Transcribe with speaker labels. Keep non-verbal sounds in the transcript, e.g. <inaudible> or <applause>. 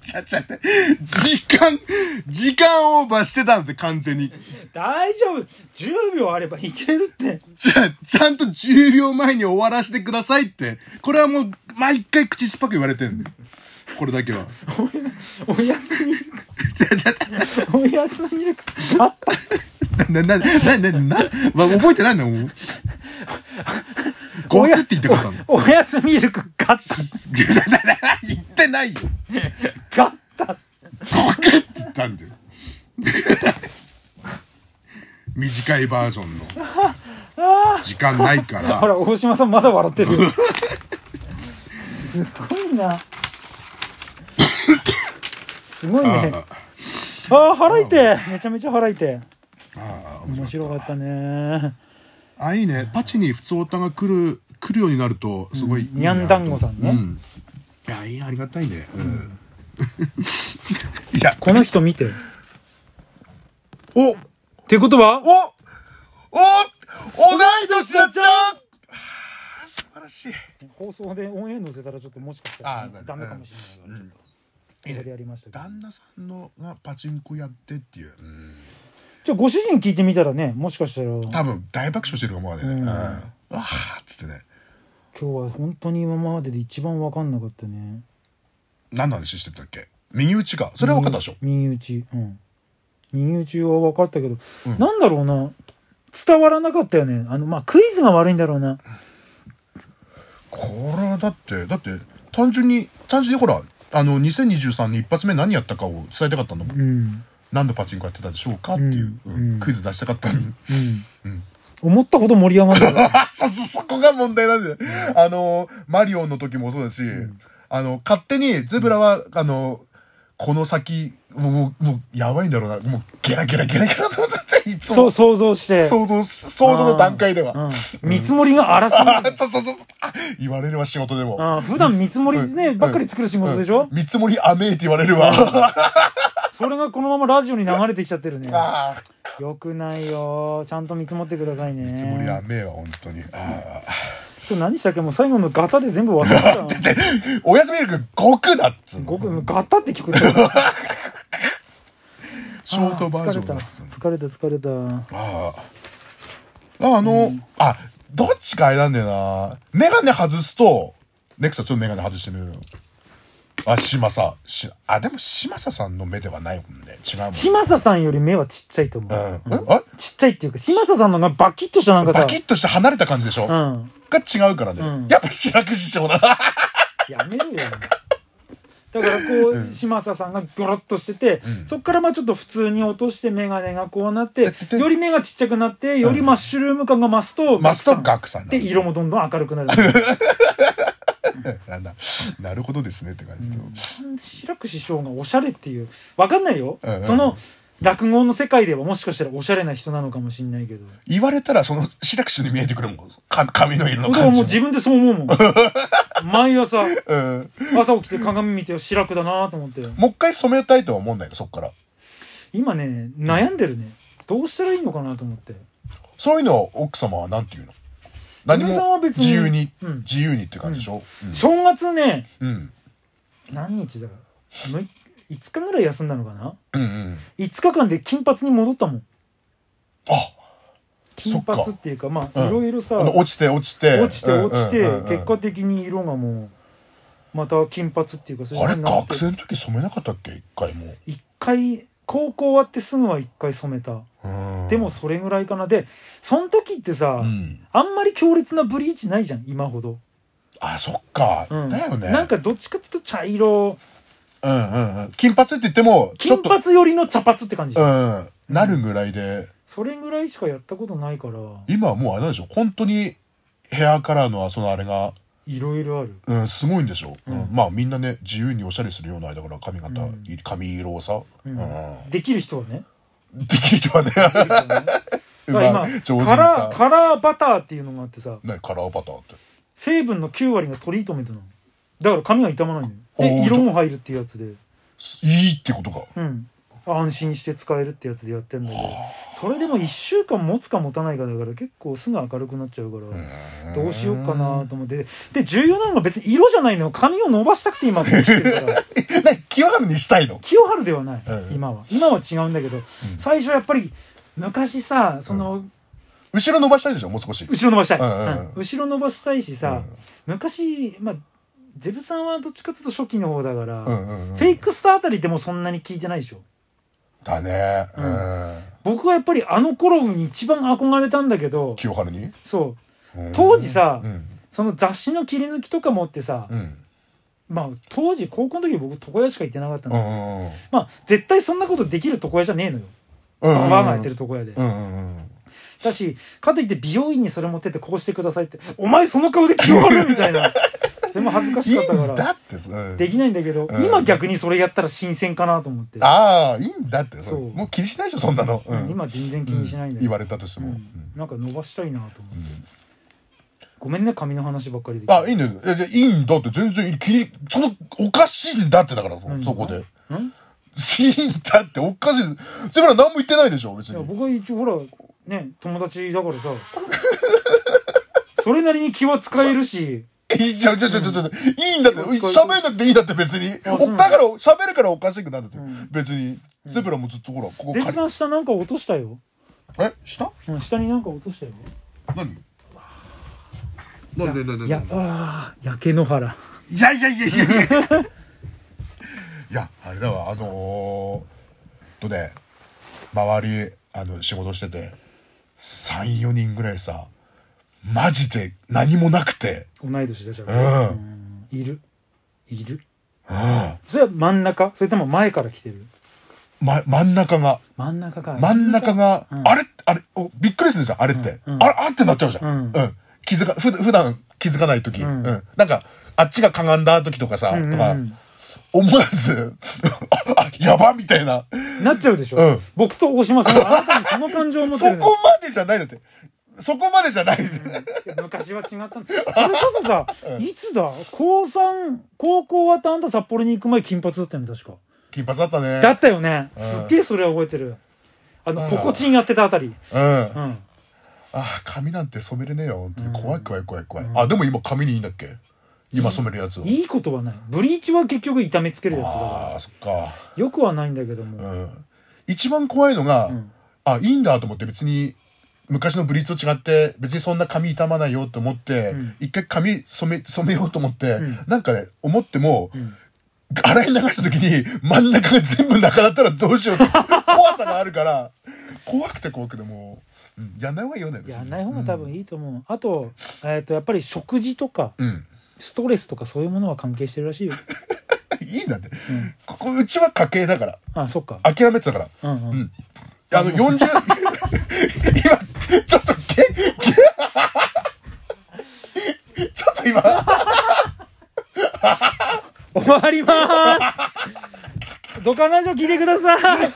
Speaker 1: ちゃちゃって。時間、時間オーバーしてたんで、完全に。
Speaker 2: 大丈夫 !10 秒あればいけるって。
Speaker 1: じゃあ、ちゃんと10秒前に終わらせてくださいって。これはもう、毎回口酸っぱく言われてんのよこれだけは。 <laughs>
Speaker 2: お休み。お休みであった。
Speaker 1: な、な、な、な、な、まあ、覚えてないのもう。500って言ってこったの。
Speaker 2: おやすみルクガッ
Speaker 1: 言ってないよ。
Speaker 2: タガッタ
Speaker 1: 500って言ったんだよ。 <laughs> 短いバージョンの。時間ないか
Speaker 2: ほ
Speaker 1: ら。
Speaker 2: ら大島さんまだ笑ってるよすごいなすごいね
Speaker 1: あ
Speaker 2: ああー腹痛いめちゃめちゃ腹痛い
Speaker 1: ああ、
Speaker 2: 面白かったね
Speaker 1: あ、いいね。パチに普通オタが来る、来るようになると、すごいいいな。
Speaker 2: にゃんだんごさんね、
Speaker 1: うん。いや、いい、ありが <laughs> たいね。うん。いや、
Speaker 2: この人見てっ
Speaker 1: お
Speaker 2: てことは
Speaker 1: おお同い年だっちゃんはあ素晴らしい。
Speaker 2: 放送でオンエア載せたらちょっともしかした
Speaker 1: あ
Speaker 2: ら
Speaker 1: ーだね
Speaker 2: ダメかもしれないから、ちょっとここでやりましたけど
Speaker 1: 旦那さんのがパチンコやってっていう。うん
Speaker 2: じゃあご主人聞いてみたらねもしかしたら今日
Speaker 1: 多分大爆笑してると思わね。
Speaker 2: う
Speaker 1: うんん。わあっつってね。
Speaker 2: は本当に今までで一番分かんなかったね
Speaker 1: 何の話してたっけ右打ちか。それは分かったでしょ
Speaker 2: 右打ちうん右打ちは分かったけど、なんだろうな伝わらなかったよねあのまあクイズが悪いんだろうな
Speaker 1: これはだって、だって、単純に、単純にほら、あの、2023年一発目何やったかを伝えたかったんだもん。
Speaker 2: うん
Speaker 1: 何度パチンコやってたでしょうかっていう、
Speaker 2: うん
Speaker 1: うん
Speaker 2: うん
Speaker 1: クイズ出したかった。 <laughs>
Speaker 2: うん、
Speaker 1: うん
Speaker 2: 思ったほど盛り上がった
Speaker 1: <laughs> そ、そ、そこが問題なんだよ。あの、マリオの時もそうだし、あの、勝手にゼブラは、あの、この先、もう、もう、もうやばいんだろうな。もう、ゲラゲラゲラゲラと思って、いつ
Speaker 2: そう
Speaker 1: も、
Speaker 2: 想像して
Speaker 1: 想像し、想像の段階では。
Speaker 2: うん見積もりが荒すぎる
Speaker 1: <laughs> あ <laughs> そうそうそう。あ言われるわ、仕事でも。
Speaker 2: うん普段見積もりね、
Speaker 1: うん
Speaker 2: ばっかり作る仕事でしょ、
Speaker 1: うん見積もり甘えって言われるわ。
Speaker 2: それがこのままラジオに流れてきちゃってるね
Speaker 1: あー
Speaker 2: よくないよちゃんと見積もってくださいね
Speaker 1: <laughs>
Speaker 2: 見
Speaker 1: 見積もり甘えは、本当に。あ
Speaker 2: 今日何したっけもう最後のガタで全部忘れたよ
Speaker 1: ーでおやすみるくん、極だっつうの。
Speaker 2: ごくガタって聞くと
Speaker 1: ショートバージョン
Speaker 2: 疲
Speaker 1: だ
Speaker 2: れ
Speaker 1: ったつうの。
Speaker 2: 疲れた疲れた
Speaker 1: ああ。あの、あ、どっちかあれなんだよな。メガネ外すと、ネクサちょっとメガネ外してみるよ。あ、嶋佐。しあ、でも嶋佐さんの目ではないもんね。違うもん。
Speaker 2: 嶋佐さんより目はちっちゃいと思う、
Speaker 1: うん。えあ
Speaker 2: ちっちゃいっていうか嶋佐さんのがバキッとしたなんかさ
Speaker 1: バキッとして離れた感じでしょ、
Speaker 2: うん
Speaker 1: が違うからね。
Speaker 2: うん
Speaker 1: やっぱ白く師匠だな。 <laughs>
Speaker 2: やめろよだからこう嶋佐さんがギョロッとしてて、
Speaker 1: うん
Speaker 2: そっからまあちょっと普通に落として眼鏡がこうなって
Speaker 1: でで
Speaker 2: より目がちっちゃくなってよりマッシュルーム感が増すと
Speaker 1: マストガクさん
Speaker 2: で
Speaker 1: だ。
Speaker 2: 色もどんどん明るくなる
Speaker 1: なんだ。なるほどですねって感じで。
Speaker 2: 白く師匠がおしゃれっていうわかんないよ、
Speaker 1: うんうん
Speaker 2: その落語の世界ではもしかしたらおしゃれな人なのかもしれないけど
Speaker 1: 言われたら、その、白く師匠に見えてくるもん。か髪の色の
Speaker 2: 僕は
Speaker 1: 感
Speaker 2: も
Speaker 1: じ
Speaker 2: う
Speaker 1: も。
Speaker 2: 自分でそう思うもん <laughs> 毎朝
Speaker 1: うん。
Speaker 2: 朝起きて鏡見て白くだなと思って
Speaker 1: もう一回染めたいとは思うんだけど、そっから。
Speaker 2: 今ね悩んでるねどうしたらいいのかなと思って
Speaker 1: そういうのは奥様は何て言うの何
Speaker 2: 嫁さんは
Speaker 1: も
Speaker 2: 別に
Speaker 1: 自由に、
Speaker 2: うん
Speaker 1: 自由にって感じでしょ、
Speaker 2: 正月ね
Speaker 1: うんうん、
Speaker 2: 何日だろうむ5日ぐらい休んだのかな
Speaker 1: うんうん
Speaker 2: 5日間で金髪に戻ったもん
Speaker 1: あそ
Speaker 2: 金
Speaker 1: っか
Speaker 2: 髪っていうかまあ
Speaker 1: うん
Speaker 2: いろいろさ
Speaker 1: あの
Speaker 2: 落
Speaker 1: 落ちて落ちて
Speaker 2: ちて落ちて
Speaker 1: うんうんうんうん
Speaker 2: 結果的に色がもうまた金髪っていうかそ
Speaker 1: あれ
Speaker 2: になって
Speaker 1: 学生の時染めなかったっけ一回も
Speaker 2: 一回高校終わってすぐは一回染めた
Speaker 1: うん
Speaker 2: でもそれぐらいかなでその時ってさ
Speaker 1: うん
Speaker 2: あんまり強烈なブリーチないじゃん今ほど
Speaker 1: あそっか、
Speaker 2: うん
Speaker 1: だよね
Speaker 2: なんかどっちかっていうと茶色
Speaker 1: うんうんうん金髪って言ってもちょ
Speaker 2: 金
Speaker 1: っと
Speaker 2: 髪寄りの茶髪って感じ、
Speaker 1: うんなるぐらいで
Speaker 2: それぐらいしかやったことないから
Speaker 1: 今はもうあれなんでしょ本当にヘアカラーのそのあれが、
Speaker 2: いろいろある
Speaker 1: うん、すごいんでしょ、う
Speaker 2: うん
Speaker 1: まあみんなね自由におしゃれするようなあれだから髪型、
Speaker 2: うん
Speaker 1: 髪色をさ、
Speaker 2: うん
Speaker 1: うん、
Speaker 2: できる人は <laughs> ね
Speaker 1: できる人はね、
Speaker 2: できる人はねだから
Speaker 1: まあ、上手に
Speaker 2: 今カラ
Speaker 1: さ
Speaker 2: ー、カラーバターっていうのがあってさ
Speaker 1: ね、カラーバターって。
Speaker 2: 成分の9割がトリートメントなのだから髪が傷まないのよ
Speaker 1: お
Speaker 2: で
Speaker 1: ー
Speaker 2: 色も入るっていうやつです
Speaker 1: いいってことか。
Speaker 2: うん安心して使えるってやつでやってんだけどそれでも1週間持つか持たないかだから結構すぐ明るくなっちゃうから。どうしようかなと思ってで重要なのが別に色じゃないのよ髪を伸ばしたくて今ってきてる <laughs> から
Speaker 1: ね清原にしたいの
Speaker 2: 清春ではない、
Speaker 1: うん
Speaker 2: 今は今は違うんだけど、最初やっぱり昔さその、
Speaker 1: 後ろ伸ばしたいでしょもう少し
Speaker 2: 後ろ伸ばしたい、
Speaker 1: うんうんうん
Speaker 2: うん後ろ伸ばしたいしさ、昔まあゼブさんはどっちかというと初期の方だか
Speaker 1: うん
Speaker 2: ら、
Speaker 1: うんうん
Speaker 2: フェイクスターあたりでもそんなに聞いてないでしょ
Speaker 1: だねうん
Speaker 2: 僕はやっぱりあの頃に一番憧れたんだけど
Speaker 1: 清原に
Speaker 2: そう
Speaker 1: うん
Speaker 2: 当時さ
Speaker 1: うん
Speaker 2: その雑誌の切り抜きとか持ってさ、
Speaker 1: うん
Speaker 2: まあ当時高校の時僕床屋しか行ってなかった
Speaker 1: う
Speaker 2: の、
Speaker 1: んうん
Speaker 2: まあ絶対そんなことできる床屋じゃねえのよ
Speaker 1: う
Speaker 2: バ
Speaker 1: ん
Speaker 2: ーバーやってる床屋で、
Speaker 1: うんうん
Speaker 2: だしかといって美容院にそれ持ってってこうしてくださいってお前その顔で気を張るみた
Speaker 1: <laughs>
Speaker 2: いなでも恥ずか
Speaker 1: い
Speaker 2: し
Speaker 1: い
Speaker 2: かったか
Speaker 1: ん
Speaker 2: ら
Speaker 1: だってさうん
Speaker 2: できないんだけど、
Speaker 1: うん
Speaker 2: 今逆にそれやったら新鮮かなと思って、
Speaker 1: ああいいんだってそれ
Speaker 2: そう
Speaker 1: もう気にしないでしょそんなの
Speaker 2: う
Speaker 1: うんん
Speaker 2: 今全然気にしないんだけ
Speaker 1: 言
Speaker 2: ど、
Speaker 1: われたとして
Speaker 2: うん
Speaker 1: も
Speaker 2: なんか伸ばしたいなと思って、
Speaker 1: うん
Speaker 2: ごめんね髪の話ばっかりで
Speaker 1: あいいんだよいやいやいいんだって全然いい気にそのおかしいんだってだからそ
Speaker 2: 何が
Speaker 1: そこで
Speaker 2: んい
Speaker 1: いいんだっておかしいそれから何も言ってないでしょ別
Speaker 2: や
Speaker 1: に
Speaker 2: 僕は一応ほらね友達だからさそれなりに気は使える
Speaker 1: い
Speaker 2: し
Speaker 1: やちょちょちょちょちょいいんだって
Speaker 2: うん
Speaker 1: 喋んなくていいんだって別に
Speaker 2: あそう
Speaker 1: お
Speaker 2: なの
Speaker 1: だから喋るからおかしくなるって
Speaker 2: ん
Speaker 1: 別にゼブラもずっとほらここ
Speaker 2: ゼブ
Speaker 1: 借り
Speaker 2: さん下なんか落としたよ、
Speaker 1: え下
Speaker 2: うん、下になんか落としたよ
Speaker 1: 何何何何何
Speaker 2: いやあー焼け野原
Speaker 1: いやいやいやいやいやい <laughs> やあれだわあのー、とね周りあの仕事してて34人ぐらいさマジで何もなくて
Speaker 2: 同い年だじゃ、
Speaker 1: うんん、
Speaker 2: いるいる
Speaker 1: うん
Speaker 2: それは真ん中それとも前から来てる
Speaker 1: ま、真ん中が
Speaker 2: 真ん中か
Speaker 1: 真ん中が、
Speaker 2: うん
Speaker 1: あれあれおびっくりするじゃんあれって、
Speaker 2: うんうん
Speaker 1: あれあってなっちゃうじゃん、
Speaker 2: うん
Speaker 1: 気づかふ普段気づかない時、
Speaker 2: うん
Speaker 1: うんなんかあっちがかがんだ時とかさ、
Speaker 2: うんうんうん
Speaker 1: とか思わず <laughs> ああやばみたいな
Speaker 2: なっちゃうでしょ、
Speaker 1: うん
Speaker 2: 僕と大島さんはあなたにその感情を持っ
Speaker 1: そ
Speaker 2: てるの
Speaker 1: こまでじゃないだって。そこまでじゃない。
Speaker 2: いや昔は違ったのそれこそさ、いつだ高3高校終わったあんた札幌に行く前金髪だったよね確か
Speaker 1: 金髪だったね。
Speaker 2: だったよね、
Speaker 1: ん
Speaker 2: すっげえそれは覚えてるあの、
Speaker 1: うん
Speaker 2: ポコチンやってたあたり
Speaker 1: うん。
Speaker 2: う
Speaker 1: あ
Speaker 2: ん
Speaker 1: あ、髪なんて染めれねえよ。本当に怖い怖い怖い怖い。あ、でも今髪にいいんだっけ今染めるやつを。
Speaker 2: いいことはないブリーチは結局痛めつけるやつだ
Speaker 1: あ
Speaker 2: か
Speaker 1: あ、そっか。
Speaker 2: らよくはないんだけども、
Speaker 1: うん。一番怖いのが
Speaker 2: ん、
Speaker 1: あ、いいんだと思って別に、昔のブリーチと違って、別にそんな髪傷まないよと思って
Speaker 2: ん、
Speaker 1: 一回髪染め、染めようと思って
Speaker 2: ん、
Speaker 1: なんかね、思っても
Speaker 2: ん、
Speaker 1: 洗い流した時に真ん中が全部なくなったらどうしよ
Speaker 2: <laughs>
Speaker 1: うって怖さがあるから、怖くて怖くてもう、うんやんない方がいいよね。別に
Speaker 2: やんない方が多分いいと思う、あと,、えー、とやっぱり食事とか
Speaker 1: うん。 <laughs>
Speaker 2: ストレスとかそういうものは関係してるらしいよ
Speaker 1: いいなって。ここ、うちは家計だから。
Speaker 2: あそっか
Speaker 1: 諦めてたから。
Speaker 2: うんうん、
Speaker 1: うん。あの、40、今、ちょっと、け、 <laughs> け、ちょっと今、
Speaker 2: 終わりますドカラジオ聞いてください